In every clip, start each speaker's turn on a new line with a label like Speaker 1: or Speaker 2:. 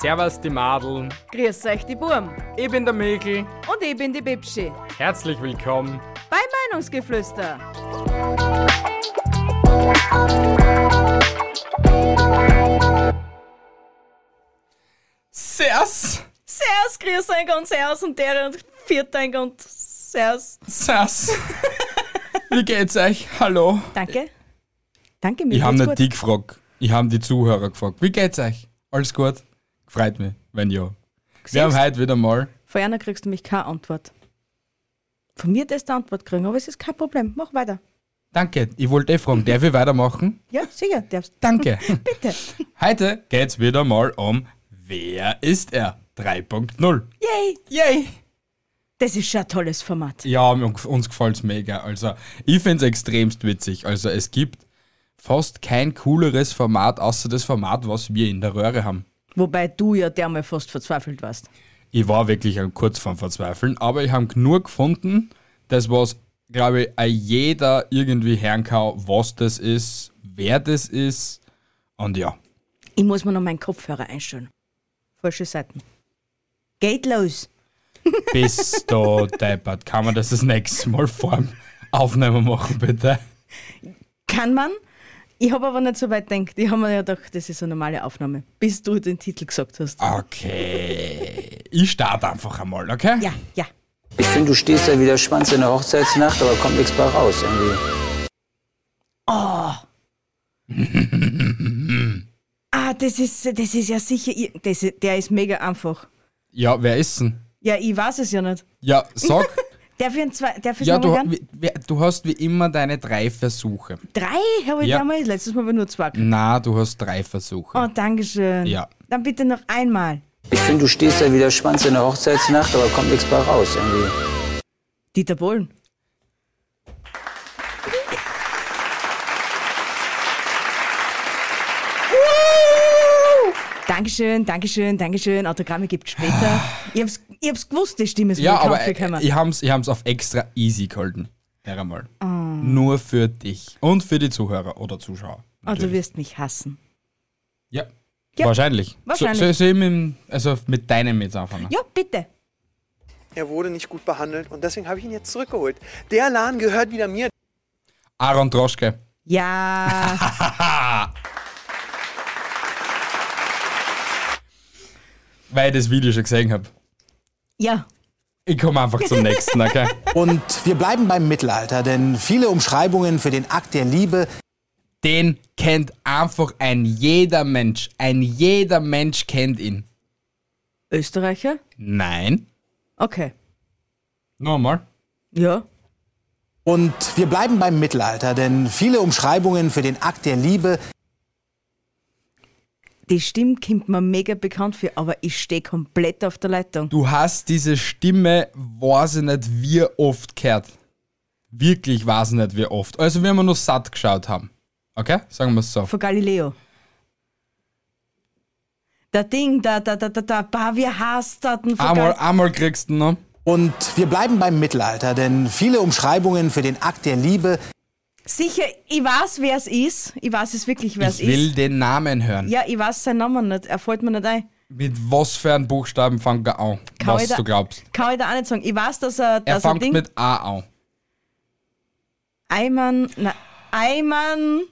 Speaker 1: Servus die Madel,
Speaker 2: Grüß euch die Burm
Speaker 1: ich bin der Mikl,
Speaker 2: und ich bin die Bibschi
Speaker 1: herzlich willkommen.
Speaker 2: bei Meinungsgeflüster.
Speaker 3: Servus.
Speaker 2: Servus, grüß euch und servus und der und viert euch und servus.
Speaker 3: Servus. Wie geht's euch? Hallo.
Speaker 2: Danke. Danke, mir
Speaker 3: Ich habe
Speaker 2: geht's
Speaker 3: nicht
Speaker 2: gut.
Speaker 3: die gefragt. Ich habe die Zuhörer gefragt. Wie geht's euch? Alles gut? Freut mich, wenn ja. Wir haben heute wieder mal.
Speaker 2: Von einer kriegst du mich keine Antwort. Von mir das die Antwort kriegen, aber es ist kein Problem. Mach weiter.
Speaker 3: Danke. Ich wollte eh fragen, darf ich weitermachen?
Speaker 2: Ja, sicher, darfst.
Speaker 3: Danke.
Speaker 2: Bitte.
Speaker 3: Heute geht's wieder mal um Wer ist er? 3.0.
Speaker 2: Yay!
Speaker 3: Yay!
Speaker 2: Das ist schon ein tolles Format.
Speaker 3: Ja, mir- uns gefällt's mega. Also, ich find's extremst witzig. Also, es gibt fast kein cooleres Format, außer das Format, was wir in der Röhre haben.
Speaker 2: Wobei du ja dermal fast verzweifelt warst.
Speaker 3: Ich war wirklich am kurz vorm Verzweifeln, aber ich habe genug gefunden, das was, glaube ich, auch jeder irgendwie hören kann, was das ist, wer das ist. Und ja,
Speaker 2: Ich muss mir noch meinen Kopfhörer einstellen. Falsche Seiten. Geht los!
Speaker 3: bis da deppert. Kann man das das nächste Mal vorm Aufnehmen machen, bitte?
Speaker 2: Kann man. Ich habe aber nicht so weit gedacht. Ich habe mir ja gedacht, das ist eine normale Aufnahme, bis du den Titel gesagt hast.
Speaker 3: Okay. Ich starte einfach einmal, okay?
Speaker 2: Ja, ja.
Speaker 4: Ich finde, du stehst ja wie der Schwanz in der Hochzeitsnacht, aber kommt nichts bei raus irgendwie.
Speaker 2: Ah, das ist, das ist ja sicher. ir- Das, ist- der ist mega einfach.
Speaker 3: Ja, wer ist denn?
Speaker 2: Ja, ich weiß es ja nicht.
Speaker 3: Ja, sag.
Speaker 2: Darf ich, ein zwei, darf ich
Speaker 3: ja,
Speaker 2: nochmal
Speaker 3: du,
Speaker 2: hören?
Speaker 3: wie- wer- du hast wie immer deine drei Versuche.
Speaker 2: Drei habe ich
Speaker 3: Ja.
Speaker 2: damals. Letztes Mal habe ich nur zwei gekriegt.
Speaker 3: Na, du hast drei Versuche.
Speaker 2: Oh, Dankeschön.
Speaker 3: Ja.
Speaker 2: Dann bitte noch einmal.
Speaker 4: Ich finde, du stehst ja wie der Schwanz in der Hochzeitsnacht, aber kommt nichts bei raus irgendwie.
Speaker 2: Dieter Bohlen. Dankeschön, Dankeschön, Dankeschön. Autogramme gibt später. Ich hab's, ich hab's gewusst, die Stimme ist
Speaker 3: Ja,
Speaker 2: mir
Speaker 3: aber
Speaker 2: kaum gekommen.
Speaker 3: ich habe es ich hab's auf extra easy gehalten. Hör einmal.
Speaker 2: Ah.
Speaker 3: Nur für dich und für die Zuhörer oder Zuschauer.
Speaker 2: Oh, du
Speaker 3: natürlich.
Speaker 2: wirst mich hassen.
Speaker 3: ja.
Speaker 2: Ja.
Speaker 3: wahrscheinlich.
Speaker 2: Wahrscheinlich.
Speaker 3: So, so, so ich mit, dem- also mit deinem jetzt anfangen.
Speaker 2: Ja, bitte.
Speaker 5: Er wurde nicht gut behandelt und deswegen habe ich ihn jetzt zurückgeholt. Der Laden gehört wieder mir.
Speaker 3: Aaron Droschke.
Speaker 2: Ja,
Speaker 3: Weil ich das Video schon gesehen habe.
Speaker 2: ja.
Speaker 3: Ich komme einfach zum nächsten, okay?
Speaker 6: Und wir bleiben beim Mittelalter, denn viele Umschreibungen für den Akt der Liebe
Speaker 3: Den kennt einfach ein jeder Mensch. Ein jeder Mensch kennt ihn.
Speaker 2: Österreicher?
Speaker 3: Nein.
Speaker 2: Okay.
Speaker 3: Nochmal.
Speaker 2: Ja.
Speaker 6: und wir bleiben beim Mittelalter, denn viele Umschreibungen für den Akt der Liebe
Speaker 2: Die Stimme kommt mir mega bekannt für, aber ich stehe komplett auf der Leitung.
Speaker 3: Du hast diese Stimme, weiß ich nicht, wie oft gehört. Wirklich weiß ich nicht, wie oft. Also, wenn wir nur satt geschaut haben. Okay? Sagen wir es so.
Speaker 2: Von Galileo. Der Ding, da, da, da, da, da, bah, wir hastaten von
Speaker 3: Einmal,
Speaker 2: Gal-
Speaker 3: einmal kriegst du noch.
Speaker 6: und wir bleiben beim Mittelalter, denn viele Umschreibungen für den Akt der Liebe
Speaker 2: Sicher, ich weiß, wer es ist. Ich weiß es wirklich, wer es
Speaker 3: ich will
Speaker 2: ist.
Speaker 3: den Namen hören.
Speaker 2: Ja, ich weiß seinen Namen nicht. Er fällt mir nicht ein.
Speaker 3: Mit was für einem Buchstaben fängt er an?
Speaker 2: Kann
Speaker 3: was
Speaker 2: ich da-
Speaker 3: du glaubst.
Speaker 2: Kann ich da auch nicht sagen. Ich weiß, dass er,
Speaker 3: Er
Speaker 2: dass er
Speaker 3: fängt
Speaker 2: Ding.
Speaker 3: mit A an.
Speaker 2: Eimann. Na, Eimann.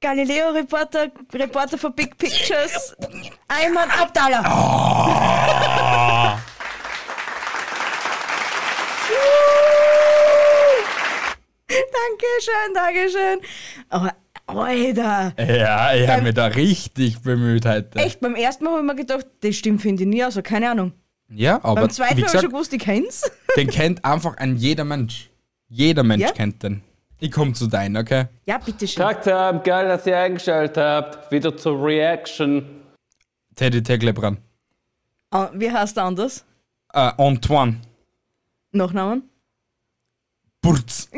Speaker 2: Galileo-Reporter, Reporter für Big Pictures. Eimann Abdallah. Dankeschön, Dankeschön. Aber, Alter.
Speaker 3: Ja, ich habe mich da richtig bemüht heute.
Speaker 2: Echt, beim ersten Mal habe ich mir gedacht, das stimmt, finde ich nie, also keine Ahnung.
Speaker 3: Ja, aber
Speaker 2: Beim zweiten
Speaker 3: wie
Speaker 2: Mal habe ich schon
Speaker 3: gesagt,
Speaker 2: gewusst, ich kenn's.
Speaker 3: den kennt einfach ein jeder Mensch. Jeder Mensch
Speaker 2: Ja?
Speaker 3: kennt den. Ich komm zu deinen, okay?
Speaker 2: Ja, bitteschön.
Speaker 7: Tagtag, geil, dass ihr eingestellt habt. Wieder zur Reaction.
Speaker 3: Teddy Teglebran.
Speaker 2: Ah, Wie heißt der anders?
Speaker 3: Äh, Antoine.
Speaker 2: Nachnamen?
Speaker 3: Burz.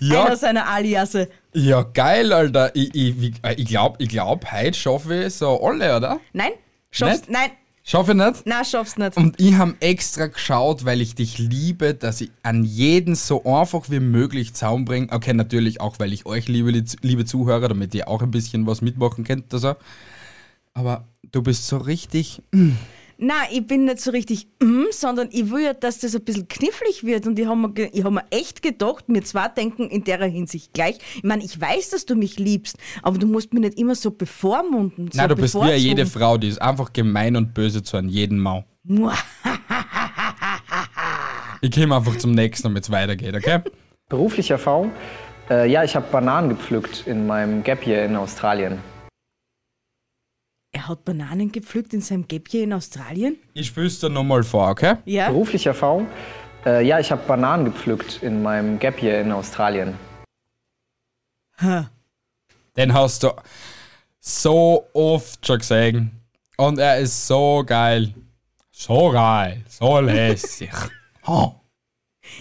Speaker 2: Einer
Speaker 3: ja,
Speaker 2: seiner Aliasse.
Speaker 3: ja, geil, Alter. Ich, ich, wie- äh, ich glaube, ich glaub, heute schaffe ich so alle, oder?
Speaker 2: Nein? Schaffst
Speaker 3: Nicht?
Speaker 2: Nein,
Speaker 3: Schaffe ich nicht?
Speaker 2: nein, schaffst nicht.
Speaker 3: Und ich habe extra geschaut, weil ich dich liebe, dass ich an jeden so einfach wie möglich Zaun bringe. Okay, natürlich auch, weil ich euch liebe, li- liebe Zuhörer, damit ihr auch ein bisschen was mitmachen könnt. Also. Aber du bist so richtig.
Speaker 2: Nein, ich bin nicht so richtig, mm, sondern ich will ja, dass das ein bisschen knifflig wird. Und ich habe mir, ge- ich hab mir echt gedacht, wir zwei denken in der Hinsicht gleich. Ich meine, ich weiß, dass du mich liebst, aber du musst mich nicht immer so bevormunden.
Speaker 3: Nein,
Speaker 2: so
Speaker 3: du bist wie eine jede
Speaker 2: bevorzugen.
Speaker 3: Frau, die ist einfach gemein und böse zu an jedem Mau.
Speaker 2: Mua.
Speaker 3: Ich komme einfach zum nächsten, damit es weitergeht, okay?
Speaker 8: Berufliche Erfahrung? Äh, ja, ich habe Bananen gepflückt in meinem Gap hier in Australien.
Speaker 2: Er hat Bananen gepflückt in seinem Gäbchen in Australien.
Speaker 3: Ich spül's dir nochmal vor, okay?
Speaker 2: Ja.
Speaker 8: Berufliche Erfahrung? Äh, ja, ich habe Bananen gepflückt in meinem Gap hier in Australien.
Speaker 3: Den hast du so oft schon gesehen. Und er ist so geil. So geil. So lässig. oh,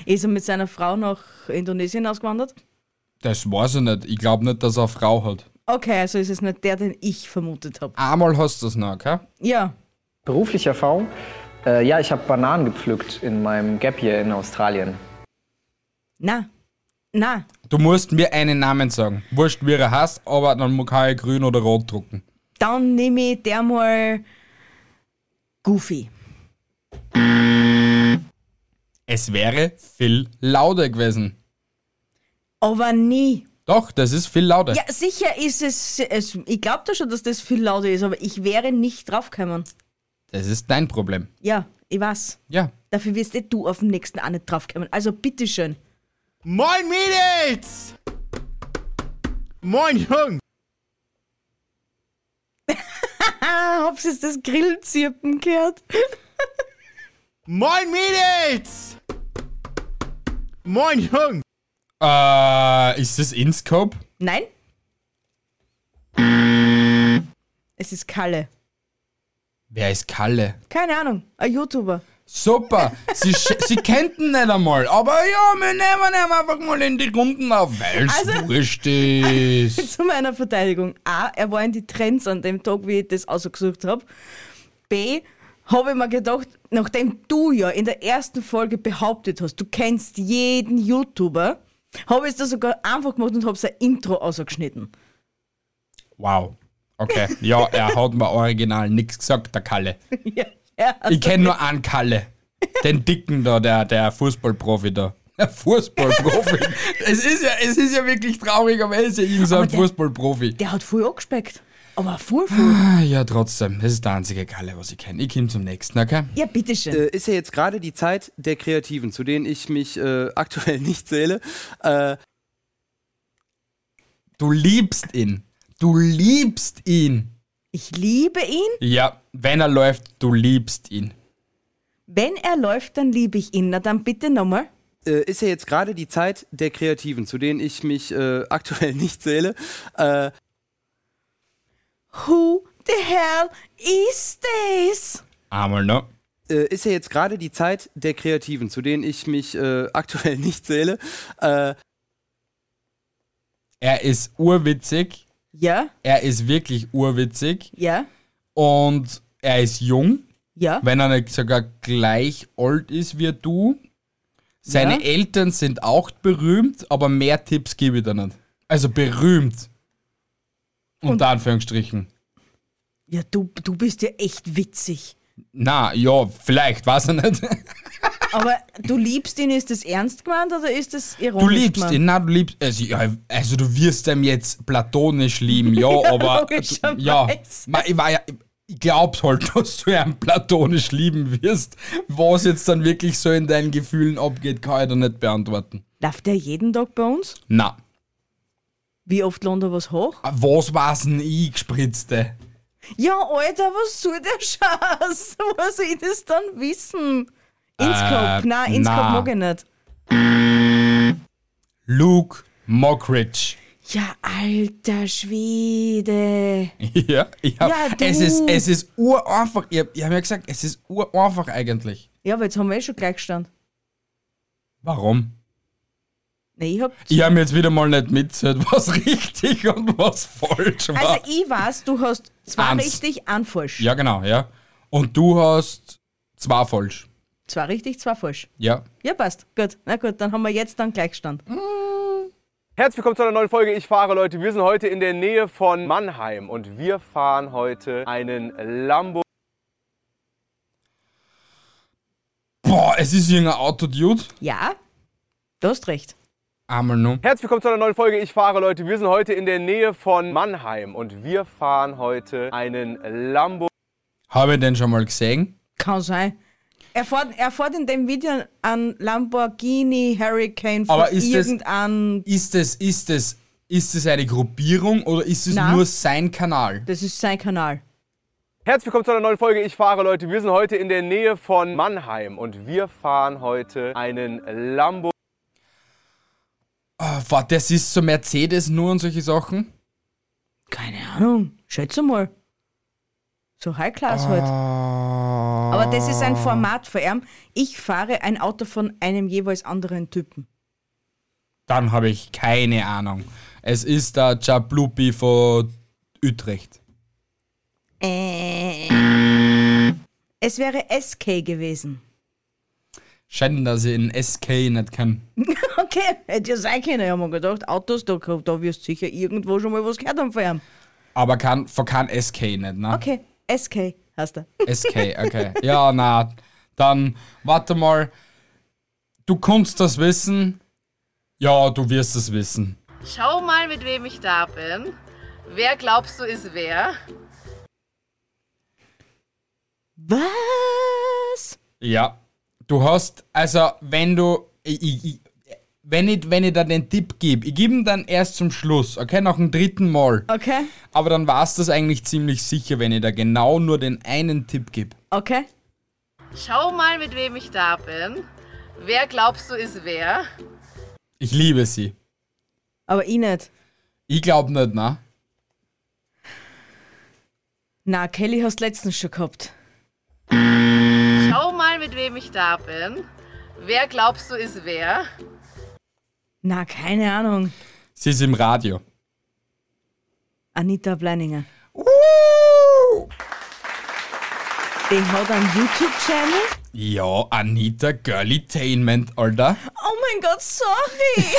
Speaker 2: Ist er mit seiner Frau nach Indonesien ausgewandert?
Speaker 3: das weiß ich nicht. Ich glaube nicht, dass er eine Frau hat.
Speaker 2: Okay, also ist es nicht der, den ich vermutet habe.
Speaker 3: Einmal hast du es noch, okay?
Speaker 2: Ja.
Speaker 8: Berufliche Erfahrung? Äh, ja, ich habe Bananen gepflückt in meinem Gap hier in Australien.
Speaker 2: Na. Na.
Speaker 3: Du musst mir einen Namen sagen. Wurscht, wie er heißt, aber dann kann ich grün oder rot drucken.
Speaker 2: Dann nehme ich der mal Goofy.
Speaker 3: Es wäre Phil Laude gewesen.
Speaker 2: Aber nie.
Speaker 3: Doch, das ist Phil Laude.
Speaker 2: Ja, sicher ist es. es ich glaube da schon, dass das viel lauter ist, aber ich wäre nicht draufgekommen.
Speaker 3: Das ist dein Problem.
Speaker 2: Ja, ich weiß.
Speaker 3: Ja.
Speaker 2: Dafür wirst eh du auf dem nächsten auch nicht draufkommen. Also bitteschön.
Speaker 9: Moin Mädels! Moin Jungs!
Speaker 2: Ah, hab's jetzt das Grillzirpen gehört?
Speaker 9: Moin Mädels! Moin Jungs!
Speaker 3: Äh, ist das Inscope?
Speaker 2: Nein? Es ist Kalle.
Speaker 3: Wer ist Kalle?
Speaker 2: Keine Ahnung, ein YouTuber.
Speaker 3: Super, sie, sch- sie kennt ihn nicht einmal, aber ja, wir nehmen ihn einfach mal in die Runden auf, weil's
Speaker 2: Also-
Speaker 3: wurscht ist.
Speaker 2: Zu meiner Verteidigung. A, er war in die Trends an dem Tag, wie ich das ausgesucht habe. B, habe ich mir gedacht, nachdem du ja in der ersten Folge behauptet hast, du kennst jeden YouTuber, habe ich es da sogar einfach gemacht und habe sein Intro ausgeschnitten.
Speaker 3: Wow. Okay, ja, er hat mir original nichts gesagt, der Kalle.
Speaker 2: ja, ja.
Speaker 3: Ich kenne nur einen Kalle, den Dicken da, der, der Fußballprofi da. Der Fußballprofi. es, ist ja, es ist ja wirklich traurig, aber er ist ja irgend so ein
Speaker 2: der-
Speaker 3: Fußballprofi.
Speaker 2: Der hat voll angespeckt. Aber voll, voll.
Speaker 3: Ah, Ja, trotzdem, das ist der einzige Kalle, was ich kenne. Ich komme zum nächsten, okay?
Speaker 2: ja, bitteschön.
Speaker 9: Äh, ist ja jetzt gerade die Zeit der Kreativen, zu denen ich mich äh, aktuell nicht zähle. Äh,
Speaker 3: Du liebst ihn. Du liebst ihn.
Speaker 2: Ich liebe ihn.
Speaker 3: Ja, wenn er läuft, du liebst ihn.
Speaker 2: Wenn er läuft, dann liebe ich ihn. Na dann bitte nochmal.
Speaker 9: äh, ist ja jetzt gerade die Zeit der Kreativen, zu denen ich mich äh, aktuell nicht zähle. Äh,
Speaker 2: Who the hell is this?
Speaker 3: Einmal noch.
Speaker 9: äh, ist ja jetzt gerade die Zeit der Kreativen, zu denen ich mich äh, aktuell nicht zähle. Äh,
Speaker 3: Er ist urwitzig.
Speaker 2: Ja,
Speaker 3: Er ist wirklich urwitzig.
Speaker 2: ja,
Speaker 3: Und er ist jung,
Speaker 2: ja.
Speaker 3: wenn er nicht sogar gleich alt ist wie du. Seine
Speaker 2: Ja.
Speaker 3: Eltern sind auch berühmt, aber mehr Tipps gebe ich dir nicht. Also berühmt. Unter Anführungsstrichen.
Speaker 2: Ja, du, du bist ja echt witzig.
Speaker 3: Na, ja, vielleicht, weiß er nicht.
Speaker 2: Aber du liebst ihn, ist das ernst gemeint oder ist das ironisch?
Speaker 3: Du liebst
Speaker 2: gemeint?
Speaker 3: ihn, na, du liebst. Also, ja, also du wirst ihm jetzt platonisch lieben, ja, aber.
Speaker 2: logischerweise.
Speaker 3: ja, ma- ich, war ja, ich glaub's halt, dass du ihn platonisch lieben wirst. Was jetzt dann wirklich so in deinen Gefühlen abgeht, kann ich dir nicht beantworten.
Speaker 2: Läuft der jeden Tag bei uns?
Speaker 3: Na,
Speaker 2: Wie oft lohnt er was hoch?
Speaker 3: was war's denn ich gespritzte?
Speaker 2: Ja, Alter, was soll der Scheiß? Wo soll ich das dann wissen? Innscope, nein, Innscope
Speaker 3: Äh, na.
Speaker 2: mag ich nicht.
Speaker 3: Luke Mockridge.
Speaker 2: Ja, alter Schwede.
Speaker 3: Ja, ich hab,
Speaker 2: Ja, du.
Speaker 3: es ist, es ist ureinfach. Ich habe hab ja gesagt, es ist ureinfach eigentlich.
Speaker 2: Ja, aber jetzt haben wir eh schon Gleichstand.
Speaker 3: Warum?
Speaker 2: Nee, ich hab.
Speaker 3: Ich habe mir jetzt wieder mal nicht mitzählt, was richtig und was falsch war.
Speaker 2: Also, ich weiß, du hast zwei
Speaker 3: Eins.
Speaker 2: richtig, ein falsch.
Speaker 3: ja, genau, ja. Und du hast zwei falsch.
Speaker 2: Zwei richtig, zwei falsch.
Speaker 3: Ja.
Speaker 2: Ja, passt. Gut. Na gut, dann haben wir jetzt dann Gleichstand.
Speaker 10: Herzlich willkommen zu einer neuen Folge. Ich fahre, Leute. Wir sind heute in der Nähe von Mannheim und wir fahren heute einen Lambo.
Speaker 3: Boah, es ist irgendein Autodude.
Speaker 2: Ja, du hast recht.
Speaker 3: Einmal nur.
Speaker 10: Herzlich willkommen zu einer neuen Folge. Ich fahre, Leute. Wir sind heute in der Nähe von Mannheim und wir fahren heute einen Lambo.
Speaker 3: Habe ich den schon mal gesehen?
Speaker 2: Kann sein. Er fährt, er fährt in dem Video an Lamborghini Hurricane von
Speaker 3: Aber ist das-
Speaker 2: irgendein.
Speaker 3: Ist es, ist es, ist es eine Gruppierung oder ist es
Speaker 2: Na.
Speaker 3: nur sein Kanal?
Speaker 2: Das ist sein Kanal.
Speaker 10: Herzlich willkommen zu einer neuen Folge. Ich fahre, Leute. Wir sind heute in der Nähe von Mannheim und wir fahren heute einen Lambo.
Speaker 3: Ah, Warte, das ist so Mercedes nur und solche Sachen?
Speaker 2: Keine Ahnung. Schätze mal. So High Class halt.
Speaker 3: Ah.
Speaker 2: Aber das ist ein Format für ihn. Ich fahre ein Auto von einem jeweils anderen Typen.
Speaker 3: Dann habe ich keine Ahnung. Es ist der Chablupi von Utrecht.
Speaker 2: Es wäre SK gewesen.
Speaker 3: Schade, dass ich in SK nicht kann.
Speaker 2: Okay, hätte ja sein können. Ich habe mir gedacht, Autos, da, da wirst du sicher irgendwo schon mal was gehört haben von ihm.
Speaker 3: Aber kann, von kann SK nicht, ne?
Speaker 2: Okay, SK hast du.
Speaker 3: SK, okay. ja, na. Dann, warte mal. Du kannst das wissen. Ja, du wirst es wissen.
Speaker 11: Schau mal, mit wem ich da bin. Wer glaubst du ist wer?
Speaker 2: Was?
Speaker 3: Ja. Du hast, also, wenn du. Ich, ich, ich, wenn ich, wenn ich da den Tipp gebe, ich gebe ihn dann erst zum Schluss, okay? Nach dem dritten Mal.
Speaker 2: Okay,
Speaker 3: Aber dann war es das eigentlich ziemlich sicher, wenn ich da genau nur den einen Tipp gebe.
Speaker 2: okay.
Speaker 11: Schau mal, mit wem ich da bin. Wer glaubst du ist wer?
Speaker 3: Ich liebe sie.
Speaker 2: Aber ich nicht.
Speaker 3: Ich glaube nicht, ne?
Speaker 2: Na, Kelly hast letztens schon gehabt.
Speaker 11: Schau mal, mit wem ich da bin. Wer glaubst du ist wer?
Speaker 2: Na, keine Ahnung.
Speaker 3: Sie ist im Radio.
Speaker 2: Anita Bleininger. Den hat einen YouTube-Channel.
Speaker 3: Ja, Anita Girlitainment, Alter.
Speaker 2: Oh mein Gott, sorry.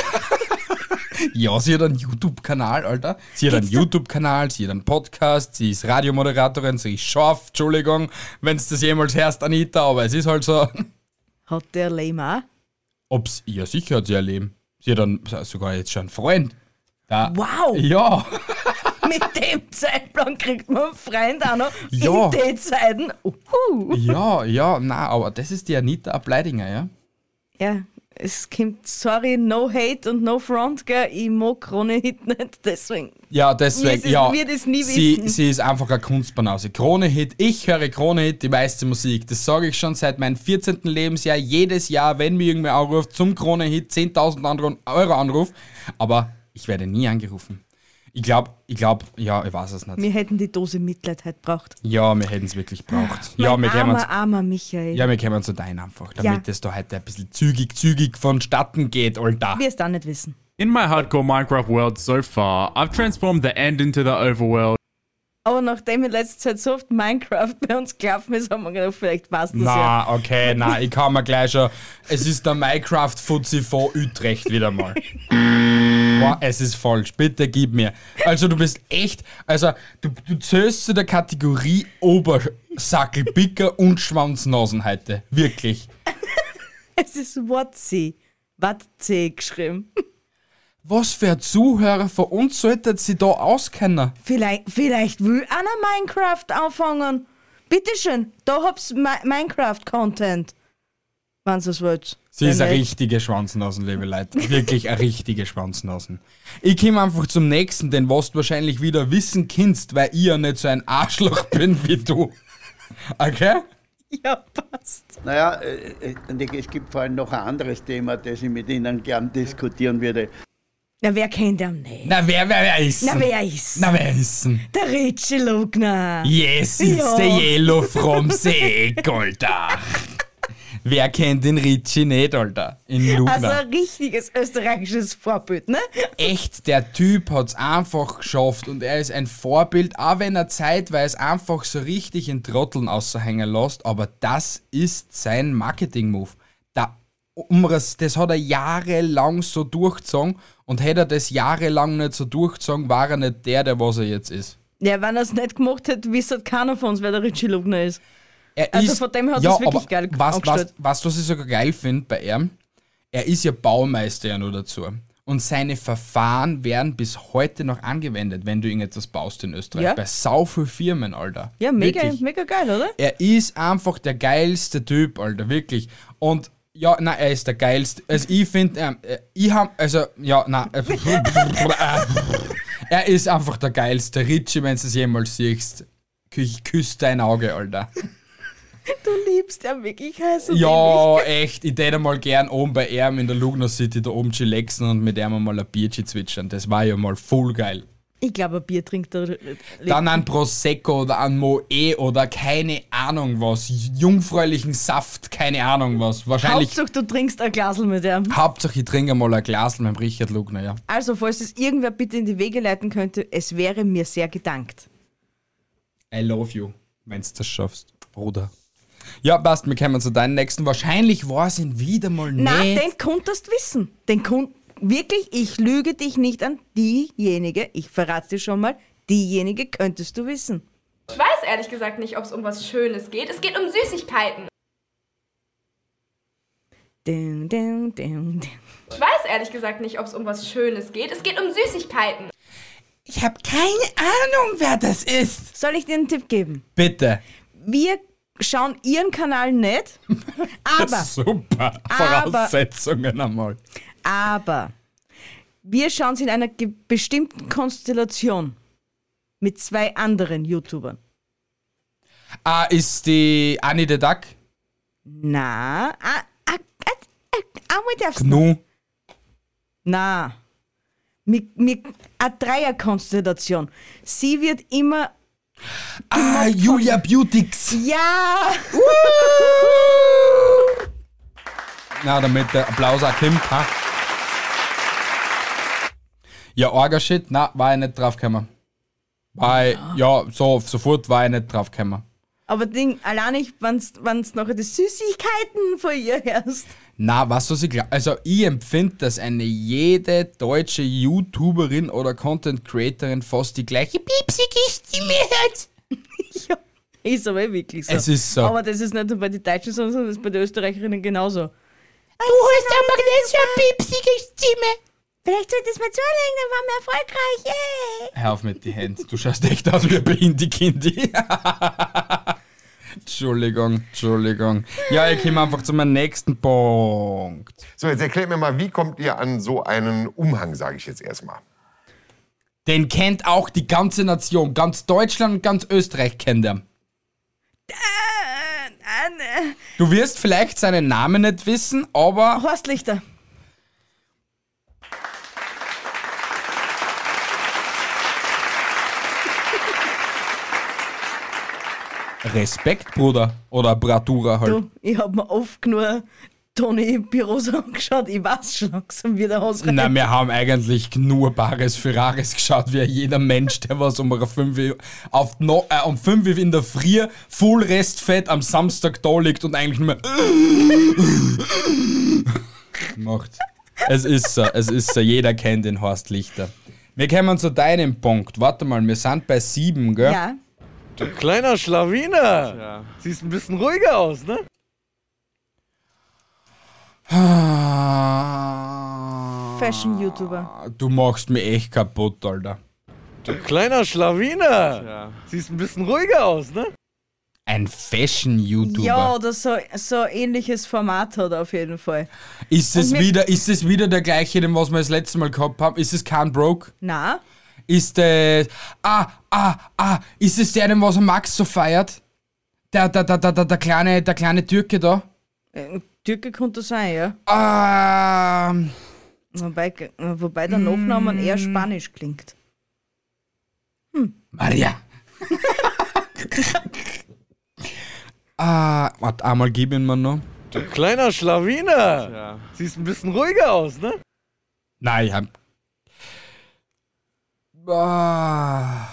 Speaker 3: Ja, sie hat einen YouTube-Kanal, Alter. Sie hat einen YouTube-Kanal, sie hat einen Podcast, sie ist Radiomoderatorin, sie ist scharf. Entschuldigung, wenn es das jemals hörst, Anita, aber es ist halt so.
Speaker 2: hat der Lame auch?
Speaker 3: Ob's, ja, sicher hat sie ein Leben. Sie hat dann sogar jetzt schon einen Freund. Da,
Speaker 2: Wow.
Speaker 3: Ja.
Speaker 2: Mit dem Zeitplan kriegt man einen Freund auch noch.
Speaker 3: Ja.
Speaker 2: In den Zeiten. Uhu.
Speaker 3: Ja, ja, na, aber das ist die Anita Ableidinger, ja?
Speaker 2: Ja, es kommt, sorry, no hate und no front, gell. Ich mag Krone Hit nicht, deswegen.
Speaker 3: Ja, deswegen,
Speaker 2: Mir ist-
Speaker 3: ja.
Speaker 2: mir das nie
Speaker 3: sie,
Speaker 2: wissen.
Speaker 3: sie ist einfach eine Kunstbanause. Krone-Hit, ich höre Krone-Hit, die meiste Musik. Das sage ich schon seit meinem 14. Lebensjahr, jedes Jahr, wenn mir irgendwer anruft, zum Krone-Hit 10.000 Anru- Euro Anruf. Aber ich werde nie angerufen. Ich glaube, ich glaube, ja, ich weiß es nicht.
Speaker 2: Wir hätten die Dose Mitleid heute braucht.
Speaker 3: Ja, wir hätten es wirklich braucht. Ja, wir
Speaker 2: mein
Speaker 3: kämen
Speaker 2: armer, armer Michael.
Speaker 3: ja, wir kämen zu deinem einfach,
Speaker 2: Ja.
Speaker 3: damit es da heute ein bisschen zügig, zügig vonstatten geht, Alter.
Speaker 2: Wir es da nicht wissen.
Speaker 12: In my hardcore Minecraft world so far, I've transformed the end into the overworld.
Speaker 2: Aber nachdem in letzter Zeit so oft Minecraft bei uns gelaufen ist, haben wir gedacht, vielleicht passt das ja.
Speaker 3: Na, okay, na, ich kann mir gleich schon. Es ist der Minecraft-Fuzzi von Utrecht wieder mal. Boah, es ist falsch. Bitte gib mir. Also, du bist echt. Also, du, du zählst zu der Kategorie Obersackel, Bicker und Schwanznasen heute. Wirklich.
Speaker 2: Es ist Watzi. Watzi geschrieben.
Speaker 3: Was für ein Zuhörer von uns sollte sie da auskennen?
Speaker 2: Vielleicht, vielleicht will einer Minecraft anfangen. Bitteschön, da hab's Mi Minecraft-Content. Wenn's es wollt.
Speaker 3: Sie ist
Speaker 2: Wenn
Speaker 3: eine
Speaker 2: nicht-
Speaker 3: richtige Schwanznasen, liebe Leute. Wirklich eine richtige Schwanznasen. Ich komme einfach zum nächsten, den was du wahrscheinlich wieder wissen kannst, weil ich ja nicht so ein Arschloch bin wie du. Okay?
Speaker 2: Ja, passt.
Speaker 13: Naja, äh, äh, und es gibt vor allem noch ein anderes Thema, das ich mit Ihnen gern diskutieren würde.
Speaker 2: Na, wer kennt ihn nicht?
Speaker 3: Na, wer, wer, wer ist?
Speaker 2: Na, wer ist?
Speaker 3: Na, wer ist?
Speaker 2: Der Richie Lugner.
Speaker 3: Yes, it's
Speaker 2: Ja.
Speaker 3: the yellow from the egg, Alter. wer kennt den Richie nicht, Alter? In Lugner.
Speaker 2: Also ein richtiges österreichisches Vorbild, ne?
Speaker 3: echt, der Typ hat's einfach geschafft und er ist ein Vorbild, auch wenn er zeitweise einfach so richtig in Trotteln aushängen lässt, aber das ist sein Marketing-Move. Da Umriss, das hat er jahrelang so durchgezogen und hätte er das jahrelang nicht so durchgezogen, war er nicht der, der was er jetzt ist.
Speaker 2: Ja, wenn er es nicht gemacht hätte, wüsste halt keiner von uns, wer der Richie Lugner ist.
Speaker 3: Er
Speaker 2: also
Speaker 3: ist-
Speaker 2: von dem her hat
Speaker 3: Ja,
Speaker 2: er es wirklich
Speaker 3: aber
Speaker 2: geil
Speaker 3: was, was,
Speaker 2: angestellt.
Speaker 3: was, was ich sogar geil finde bei ihm, er ist ja Baumeister ja nur dazu. Und seine Verfahren werden bis heute noch angewendet, wenn du irgendetwas baust in Österreich.
Speaker 2: Ja.
Speaker 3: Bei sau viel Firmen, Alter.
Speaker 2: Ja, mega,
Speaker 3: Wirklich.
Speaker 2: mega geil, oder?
Speaker 3: Er ist einfach der geilste Typ, Alter, wirklich. Und ja, na, er ist der geilste. Also ich finde, ähm, äh, ich hab, also ja, na, äh, er ist einfach der geilste. Richie, wenn du es jemals siehst, ich küsse dein Auge, Alter.
Speaker 2: Du liebst ja wirklich heiß und
Speaker 3: Ja, echt. Ich täte mal gern oben bei ihm in der Lugner City da oben chillaxen und mit ihm mal ein Bierchen zwitschern. Das war ja mal voll geil.
Speaker 2: Ich glaube, ein Bier trinkt er.
Speaker 3: Dann ein Prosecco oder ein Moe oder keine Ahnung was. Jungfräulichen Saft, keine Ahnung was. Wahrscheinlich.
Speaker 2: Hauptsache, du trinkst ein Glasl mit ihm.
Speaker 3: Hauptsache, ich trinke mal ein Glas mit dem Richard Lugner, ja.
Speaker 2: Also, falls es irgendwer bitte in die Wege leiten könnte, es wäre mir sehr gedankt.
Speaker 3: I love you, wenn du das schaffst, Bruder. Ja, passt, wir kommen zu deinen nächsten. Wahrscheinlich war es ihn wieder mal nicht.
Speaker 2: Nein, den konntest wissen. Den kon wirklich, ich lüge dich nicht an. Diejenige, ich verrate dir schon mal, diejenige könntest du wissen.
Speaker 14: Ich weiß ehrlich gesagt nicht, ob es um was Schönes geht. Es geht um Süßigkeiten.
Speaker 2: Dun, dun, dun, dun.
Speaker 14: Ich weiß ehrlich gesagt nicht, ob es um was Schönes geht. Es geht um Süßigkeiten.
Speaker 3: Ich habe keine Ahnung, wer das ist.
Speaker 2: Soll ich dir einen Tipp geben?
Speaker 3: Bitte.
Speaker 2: Wir schauen ihren Kanal nicht, aber,
Speaker 3: Super.
Speaker 2: Aber-
Speaker 3: Voraussetzungen einmal.
Speaker 2: aber wir schauen es in einer ge- bestimmten Konstellation mit zwei anderen YouTubern.
Speaker 3: Ah, ist die Annie the Duck?
Speaker 2: Na, ah, ah, ah, ah, einmal darfst du.
Speaker 3: Gnu.
Speaker 2: Na, mit, mit einer Dreierkonstellation. Sie wird immer.
Speaker 3: Ah, Julia Beautix.
Speaker 2: Ja!
Speaker 3: Na, damit der Applaus auch kommt. Ha? Ja, arger Shit. Na, war ich nicht draufgekommen. Weil, ja, so, sofort war ich nicht draufgekommen.
Speaker 2: Aber Ding, allein nicht, wenn es nachher die Süßigkeiten von ihr hörst.
Speaker 3: Na, was was ich glaube. Also ich empfinde, dass eine jede deutsche YouTuberin oder Content Creatorin fast die gleiche piepsige Stimme hat.
Speaker 2: ja, ist aber eh wirklich so.
Speaker 3: Es ist so.
Speaker 2: Aber das ist nicht nur bei den Deutschen, sondern das ist bei den Österreicherinnen genauso. Also
Speaker 15: Du hast aber nicht so eine piepsige Stimme. Vielleicht solltest du mal zulegen, dann waren wir erfolgreich. Yay.
Speaker 3: Hör auf mit die Hände. Du schaust echt aus wie ein Behindi-Kindi. Entschuldigung, Entschuldigung. Ja, ich komme einfach zu meinem nächsten Punkt.
Speaker 16: So, jetzt erklärt mir mal, wie kommt ihr an so einen Umhang, sage ich jetzt erstmal.
Speaker 3: Den kennt auch die ganze Nation. Ganz Deutschland und ganz Österreich kennt er.
Speaker 15: Äh,
Speaker 3: Du wirst vielleicht seinen Namen nicht wissen, aber.
Speaker 2: Horst Lichter.
Speaker 3: Respekt, Bruder. Oder Bravura halt.
Speaker 2: Du, ich hab mir oft nur Toni Pirosa angeschaut. Ich weiß schon langsam, wie der Haus
Speaker 3: Na, wir haben eigentlich nur Bares für Rares geschaut, wie jeder Mensch, der was um 5 Uhr auf die no, äh, um 5 Uhr in der Früh voll Restfett am Samstag da liegt und eigentlich nur macht. Es ist so, es ist so, jeder kennt den Horst Lichter. Wir kommen zu deinem Punkt. Warte mal, wir sind bei 7, gell?
Speaker 2: Ja.
Speaker 17: Du kleiner Schlawiner. Siehst ein bisschen ruhiger aus, ne?
Speaker 2: Fashion-YouTuber.
Speaker 3: Ah, Du machst mich echt kaputt, Alter.
Speaker 17: Du kleiner Schlawiner. Siehst ein bisschen ruhiger aus, ne?
Speaker 3: Ein Fashion-YouTuber.
Speaker 2: Ja, oder so, so ähnliches Format hat er auf jeden Fall.
Speaker 3: Ist es,
Speaker 2: Und mir-
Speaker 3: wieder, ist es wieder der gleiche, den was wir das letzte Mal gehabt haben? Ist es kein Broke?
Speaker 2: Na?
Speaker 3: Ist es. Ah, ah, ah. Ist es der, den was er Max so feiert? Der, der, der, der, der, der, kleine, der kleine Türke da.
Speaker 2: Äh, Türke konnte sein, ja.
Speaker 3: Ähm.
Speaker 2: Wobei, äh, wobei der Nachname
Speaker 3: Mm.
Speaker 2: eher spanisch klingt.
Speaker 3: Maria. Ah, warte, einmal gib ihn mir noch.
Speaker 17: Du kleiner Schlawiner. Siehst ein bisschen ruhiger aus, ne?
Speaker 3: Nein, ich hab. Ah,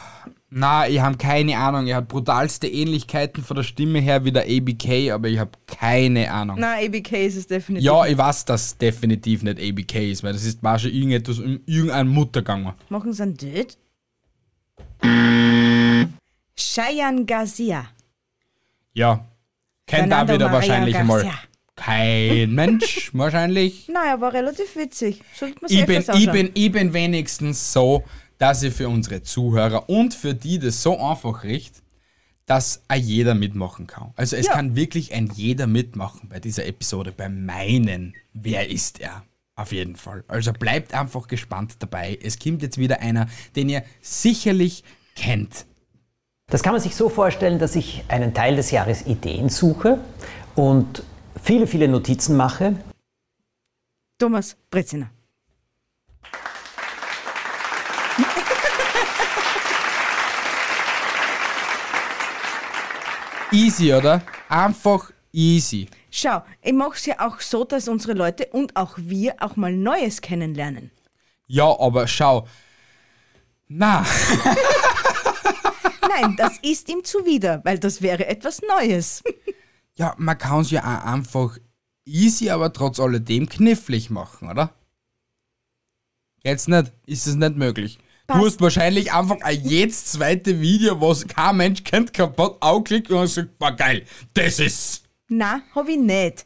Speaker 3: na, ich hab keine Ahnung. Ich hab brutalste Ähnlichkeiten von der Stimme her wie der ABK, aber ich hab keine Ahnung.
Speaker 2: Nein, ABK ist es definitiv.
Speaker 3: Ja, ich weiß, dass definitiv nicht ABK ist, weil das ist war schon irgendetwas um irgendeinen Muttergang.
Speaker 2: Machen sie einen Död? Cheyenne Garcia.
Speaker 3: Ja. Kennt da
Speaker 2: Fernando
Speaker 3: wieder
Speaker 2: Maria
Speaker 3: wahrscheinlich mal.
Speaker 2: Garcia.
Speaker 3: Kein Mensch, wahrscheinlich.
Speaker 2: Nein, er war relativ witzig. Sollte man sich
Speaker 3: ich bin,
Speaker 2: öfters
Speaker 3: ich,
Speaker 2: anschauen.
Speaker 3: bin, ich bin wenigstens so, dass ich für unsere Zuhörer und für die das so einfach riecht, dass ein jeder mitmachen kann. Also es
Speaker 2: Ja.
Speaker 3: kann wirklich ein jeder mitmachen bei dieser Episode, bei meinen. Wer ist er? Auf jeden Fall. Also bleibt einfach gespannt dabei. Es kommt jetzt wieder einer, den ihr sicherlich kennt.
Speaker 18: Das kann man sich so vorstellen, dass ich einen Teil des Jahres Ideen suche und viele, viele Notizen mache.
Speaker 2: Thomas Brezina.
Speaker 3: Easy, oder? Einfach easy.
Speaker 2: Schau, ich mache es ja auch so, dass unsere Leute und auch wir auch mal Neues kennenlernen.
Speaker 3: Ja, aber schau. Na.
Speaker 2: Nein, das ist ihm zuwider, weil das wäre etwas Neues.
Speaker 3: Ja, man kann es ja auch einfach easy, aber trotz alledem knifflig machen, oder? Jetzt nicht, ist es nicht möglich. Du hast wahrscheinlich einfach ein jedes zweite Video, was kein Mensch kennt, kaputt anklickt und sagt, boah geil, das ist.
Speaker 2: Na, hab ich nicht.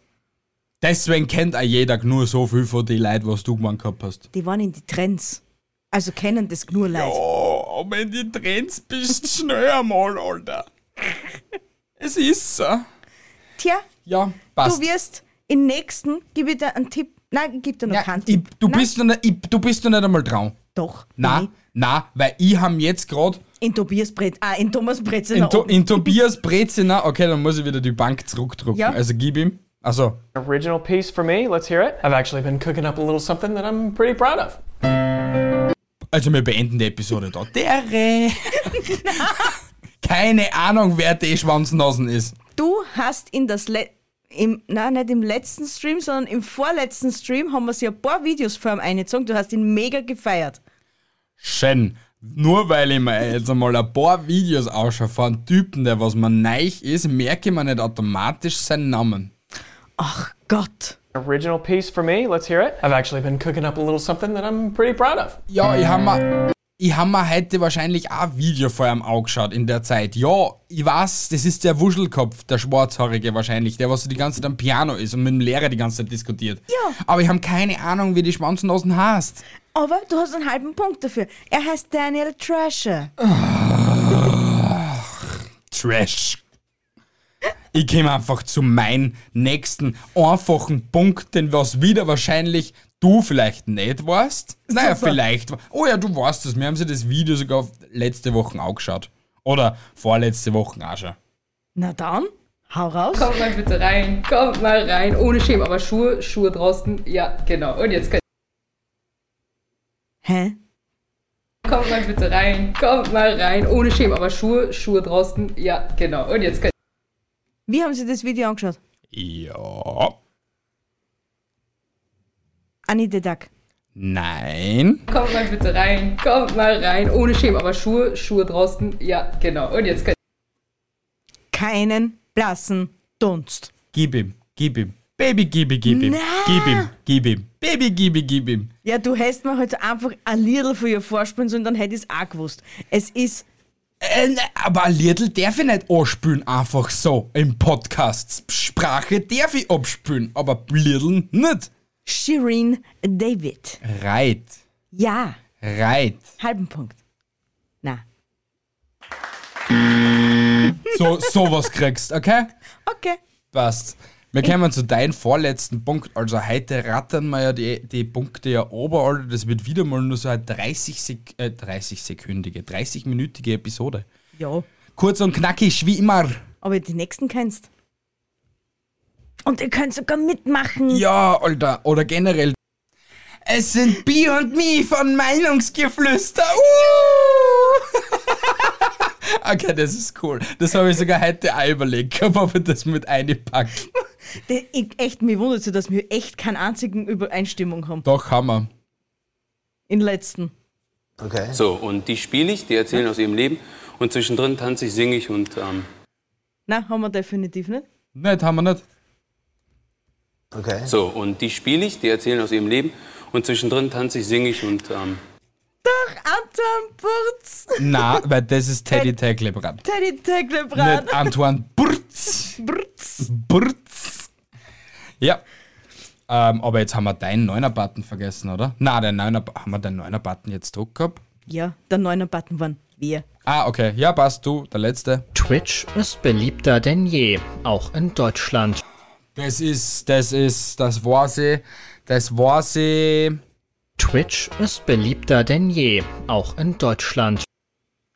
Speaker 3: Deswegen kennt auch jeder nur so viel von den Leuten, was du gemacht gehabt hast.
Speaker 2: Die waren in die Trends. Also kennen das nur Leute.
Speaker 3: Oh, wenn die Trends bist, schnell einmal, Alter. Es ist so.
Speaker 2: Tja,
Speaker 3: Ja, passt.
Speaker 2: du wirst im nächsten, gib ich dir einen Äh, Tipp. Nein, gib dir noch keinen Tipp.
Speaker 3: Du bist, noch nicht, ich, du bist noch nicht einmal dran.
Speaker 2: Doch.
Speaker 15: Mhm.
Speaker 3: Na, na, weil ich ham jetzt gerade
Speaker 2: In Tobias Brez, ah, in Thomas Brezina.
Speaker 3: in, to, in Tobias Brezina, okay, dann muss ich wieder die Bank zurückdrucken.
Speaker 19: Ja.
Speaker 3: Also gib ihm. Also,
Speaker 19: Original piece for me. Let's hear it. I've actually been cooking up a little something that I'm pretty proud of.
Speaker 3: also wir beenden die Episode da. Dere. Keine Ahnung, wer die Schwanznasen ist.
Speaker 2: Du hast in das Le im, nein, nicht im letzten Stream, sondern im vorletzten Stream haben wir sie ein paar Videos vor ihm eingezogen. Du hast ihn mega gefeiert.
Speaker 3: Schön. Nur weil ich mir jetzt einmal ein paar Videos ausschaue von Typen, der was man neich ist, merke ich mir nicht automatisch seinen Namen.
Speaker 2: Gott.
Speaker 19: Original piece for me. Let's hear it. I've actually been cooking up a little something that I'm pretty proud of.
Speaker 3: Ja, ich habe mir, ich hab mir heute wahrscheinlich auch ein Video vor einem Auge geschaut in der Zeit. Ja, ich weiß, das ist der Wuschelkopf, der Schwarzhaarige wahrscheinlich, der, was so die ganze Zeit am Piano ist und mit dem Lehrer die ganze Zeit diskutiert. Ja. Aber ich habe keine Ahnung, wie die Schwanznasen heißt.
Speaker 2: Aber du hast einen halben Punkt dafür. Er heißt Daniel Trasher.
Speaker 3: Trash. Ich komme einfach zu meinem nächsten einfachen Punkt, den was wieder wahrscheinlich du vielleicht nicht weißt. Naja,
Speaker 20: Super.
Speaker 3: vielleicht. Oh ja, du weißt es. Wir haben sie das Video sogar letzte Woche angeschaut. Oder vorletzte Woche auch schon.
Speaker 2: Na dann, hau raus.
Speaker 21: Kommt mal bitte rein, kommt mal rein, ohne Schämen, aber Schuhe, Schuhe draußen, ja, genau. Und jetzt könnt
Speaker 2: Hä?
Speaker 21: Kommt mal bitte rein, kommt mal rein, ohne Schämen, aber Schuhe, Schuhe draußen, ja, genau. Und jetzt könnt
Speaker 2: Wie haben Sie das Video angeschaut?
Speaker 3: Ja.
Speaker 2: Annie Dedak.
Speaker 3: Nein.
Speaker 21: Kommt mal bitte rein, kommt mal rein, ohne Schämen, aber Schuhe, Schuhe draußen, ja, genau. Und jetzt könnt
Speaker 2: Keinen blassen Dunst.
Speaker 3: Gib ihm, gib ihm. Baby, gib ihm, gib ihm.
Speaker 2: Na.
Speaker 3: Gib ihm, gib ihm. Baby, gib ihm, gib ihm.
Speaker 2: Ja, du hättest mir heute einfach ein Liedl von ihr vorspielen sollen, dann hätte ich es auch gewusst. Es ist.
Speaker 3: Äh, ne, aber ein Liedl darf ich nicht anspülen, einfach so im Podcast. Sprache darf ich abspülen, aber Liedl nicht.
Speaker 2: Shireen David.
Speaker 3: Reit,
Speaker 2: Ja,
Speaker 3: reit.
Speaker 2: halben Punkt. Na.
Speaker 3: So, sowas kriegst, okay?
Speaker 2: Okay.
Speaker 3: Passt. Wir kommen zu deinem vorletzten Punkt. Also heute rattern wir ja die, die Punkte ja ober, Alter. Das wird wieder mal nur so eine 30 Sek äh, 30 sekündige, 30-minütige Episode.
Speaker 2: Ja.
Speaker 3: Kurz und knackig, wie immer.
Speaker 2: aber die nächsten kennst. Und ihr könnt sogar mitmachen.
Speaker 3: Ja, Alter. Oder generell. Es sind Bi und Mi von Meinungsgeflüster. Uh! okay, das ist cool. Das habe ich sogar heute auch überlegt, gehabt, ob ich das mit einpacke.
Speaker 2: Die- Ich, echt, mir wundert sich, dass wir echt keine einzigen Übereinstimmung haben.
Speaker 3: Doch, Hammer.
Speaker 2: In letzten.
Speaker 6: Okay.
Speaker 22: So, und die spiele ich, die erzählen aus ihrem Leben und zwischendrin tanze ich, singe ich und ähm,
Speaker 2: Na, haben wir definitiv nicht.
Speaker 3: Nicht, haben wir nicht.
Speaker 6: Okay.
Speaker 22: so, und die spiele ich, die erzählen aus ihrem Leben und zwischendrin tanze ich, singe ich und ähm,
Speaker 2: Doch, Anton Burz.
Speaker 3: Na, weil das ist Teddy Teglebrandt.
Speaker 2: Teddy Teglebran.
Speaker 3: Nicht Antoine Burz.
Speaker 2: Burz.
Speaker 3: Burz. Ja. Ähm, aber jetzt haben wir deinen Neuner-Button vergessen, oder? Na, den Neuner haben wir den Neuner-Button jetzt druck gehabt?
Speaker 2: Ja, der neuner Button waren wir.
Speaker 3: Ah, okay. Ja, passt du, der letzte.
Speaker 20: Twitch ist beliebter denn je, auch in Deutschland.
Speaker 3: Das ist, das ist, das war sie. Das war sie.
Speaker 20: Twitch ist beliebter denn je, auch in Deutschland.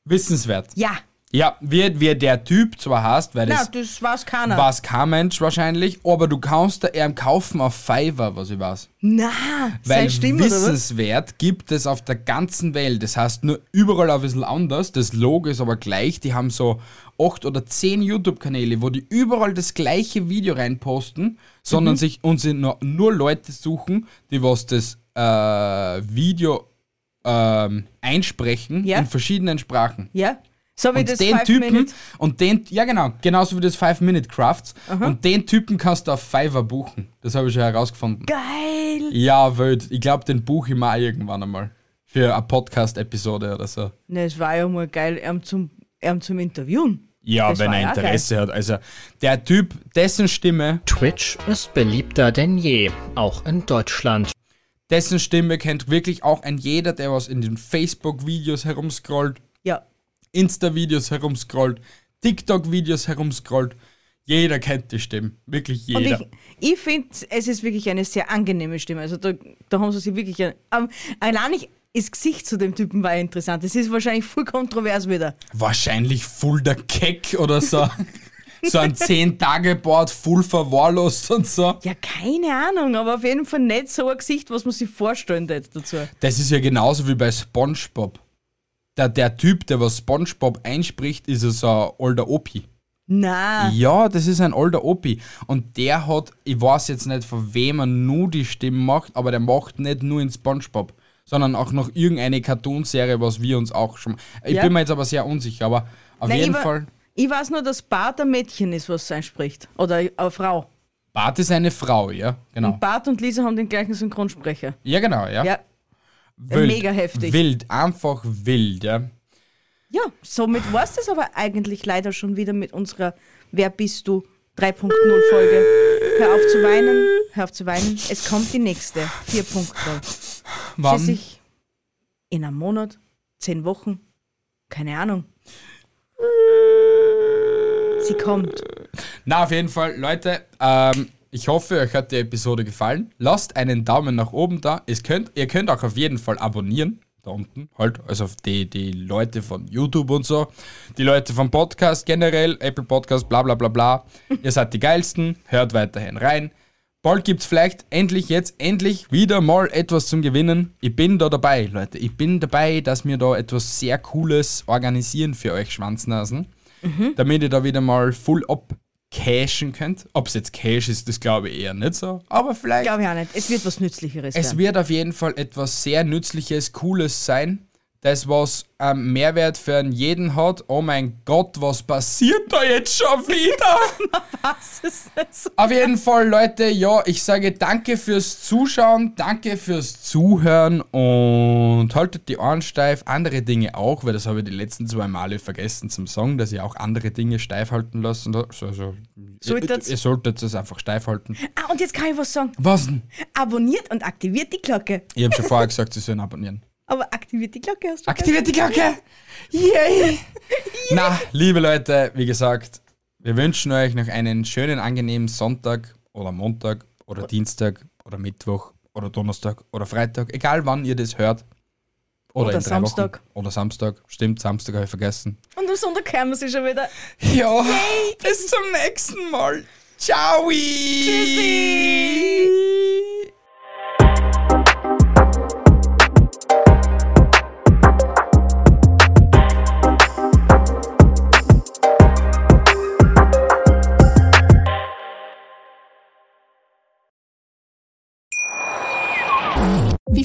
Speaker 3: Wissenswert.
Speaker 2: Ja.
Speaker 3: Ja, wie, wie der Typ zwar hast, weil
Speaker 2: Na,
Speaker 3: das
Speaker 2: das war's keiner.
Speaker 3: war kein Mensch wahrscheinlich, aber du kannst da eher kaufen auf Fiverr, was ich weiß.
Speaker 2: Na,
Speaker 3: Weil
Speaker 2: sei Stimme, oder was?
Speaker 3: Wissenswert gibt es auf der ganzen Welt. Das heißt nur überall ein bisschen anders. Das Logo ist aber gleich. Die haben so acht oder zehn YouTube-Kanäle, wo die überall das gleiche Video reinposten, sondern
Speaker 23: Mhm.
Speaker 3: sich und sie nur, nur Leute suchen, die was das äh, Video ähm, einsprechen in verschiedenen Sprachen.
Speaker 2: Ja. So wie
Speaker 3: und
Speaker 2: das
Speaker 3: den
Speaker 2: Five
Speaker 3: Typen
Speaker 2: Minute.
Speaker 3: und den ja genau, genauso wie das Five Minute Crafts
Speaker 2: Aha.
Speaker 3: und den Typen kannst du auf Fiverr buchen. Das habe ich schon herausgefunden.
Speaker 2: Geil.
Speaker 3: Ja, wild. Ich glaube, den buche ich mal irgendwann einmal. Für eine Podcast-Episode oder so.
Speaker 2: Ne, es war ja mal geil, ihm zum, ihm zum Interviewen.
Speaker 3: Ja,
Speaker 2: Das
Speaker 3: wenn
Speaker 2: war
Speaker 3: er
Speaker 2: ja
Speaker 3: Interesse hat. Also, der Typ, dessen Stimme.
Speaker 20: Twitch ist beliebter denn je, auch in Deutschland.
Speaker 3: Dessen Stimme kennt wirklich auch ein jeder, der was in den Facebook-Videos herumscrollt.
Speaker 2: Ja.
Speaker 3: Insta-Videos herumscrollt. TikTok-Videos herumscrollt. Jeder kennt die Stimmen. Wirklich
Speaker 2: Und
Speaker 3: jeder.
Speaker 2: ich, ich finde, es ist wirklich eine sehr angenehme Stimme. Also da, da haben sie sich wirklich. Ein, ähm, allein ich, das Gesicht zu dem Typen war ja interessant. Das ist wahrscheinlich voll kontrovers wieder.
Speaker 3: Wahrscheinlich full der Keck oder so. so ein 10-Tage-Board, full verwahrlost und so.
Speaker 2: Ja, keine Ahnung, aber auf jeden Fall nicht so ein Gesicht, was man sich vorstellen würde dazu.
Speaker 3: Das ist ja genauso wie bei SpongeBob. Der, der Typ, der was SpongeBob einspricht, ist ja so ein alter Opi.
Speaker 2: Na.
Speaker 3: Ja, das ist ein alter Opi. Und der hat, ich weiß jetzt nicht, von wem er nur die Stimme macht, aber der macht nicht nur in SpongeBob, sondern auch noch irgendeine Cartoonserie, was wir uns auch schon. Ich
Speaker 2: Ja.
Speaker 3: bin mir jetzt aber sehr unsicher, aber auf
Speaker 2: Nein,
Speaker 3: jeden
Speaker 2: ich, wa-
Speaker 3: Fall.
Speaker 2: Ich weiß nur, dass Bart ein Mädchen ist, was einspricht. Oder eine Frau.
Speaker 3: Bart ist eine Frau, ja? Genau.
Speaker 2: Und Bart und Lisa haben den gleichen Synchronsprecher.
Speaker 3: Ja, genau, ja.
Speaker 2: Mhm. Ja. Mega heftig.
Speaker 3: Wild, einfach wild, ja.
Speaker 2: Ja, somit war es das aber eigentlich leider schon wieder mit unserer Wer bist du 3.0 Folge. Hör auf zu weinen, hör auf zu weinen. Es kommt die nächste 4.0.
Speaker 3: Wann?
Speaker 2: Schließlich in einem Monat, zehn Wochen, keine Ahnung. Sie kommt.
Speaker 3: Na, auf jeden Fall, Leute, ähm, ich hoffe, euch hat die Episode gefallen. Lasst einen Daumen nach oben da. Es könnt, ihr könnt auch auf jeden Fall abonnieren. Da unten halt, also auf die, die Leute von YouTube und so, die Leute vom Podcast generell, Apple Podcast, bla bla bla bla. ihr seid die geilsten, hört weiterhin rein. Bald gibt's vielleicht endlich jetzt, endlich wieder mal etwas zum Gewinnen. Ich bin da dabei, Leute. Ich bin dabei, dass wir da etwas sehr Cooles organisieren für euch Schwanznasen damit ihr da wieder mal full up cashen könnt. Ob es jetzt Cash ist, das glaube ich eher nicht so. Aber vielleicht.
Speaker 2: Glaube ich auch nicht. Es wird was Nützlicheres
Speaker 3: Es
Speaker 2: werden.
Speaker 3: wird auf jeden Fall etwas sehr Nützliches, Cooles sein. Das, was ähm, Mehrwert für einen jeden hat. Oh mein Gott, was passiert da jetzt schon wieder? Auf jeden Fall, Leute, ja, ich sage danke fürs Zuschauen, danke fürs Zuhören und haltet die Ohren steif. Andere Dinge auch, weil das habe ich die letzten zwei Male vergessen zum Song, dass ihr auch andere Dinge steif halten lasst. und So, so.
Speaker 2: Solltet's.
Speaker 3: Ihr, ihr solltet es einfach steif halten.
Speaker 2: Ah, und jetzt kann ich was sagen.
Speaker 3: Was denn?
Speaker 2: Abonniert und aktiviert die Glocke.
Speaker 3: Ich habe schon vorher gesagt, sie sollen abonnieren.
Speaker 2: Aber aktiviert die Glocke hast du
Speaker 3: Aktiviert die
Speaker 2: gesagt.
Speaker 3: Glocke! Yay! Na, liebe Leute, wie gesagt, wir wünschen euch noch einen schönen, angenehmen Sonntag oder Montag oder Dienstag oder Mittwoch oder Donnerstag oder Freitag, egal wann ihr das hört. Oder,
Speaker 15: Oder
Speaker 3: in drei
Speaker 15: Samstag.
Speaker 3: Wochen. Oder Samstag. Stimmt, Samstag habe ich vergessen.
Speaker 15: Und am Sonntag hören wir sie schon wieder.
Speaker 3: Ja, bis zum nächsten Mal. Ciao. Tschüssi.
Speaker 10: Wie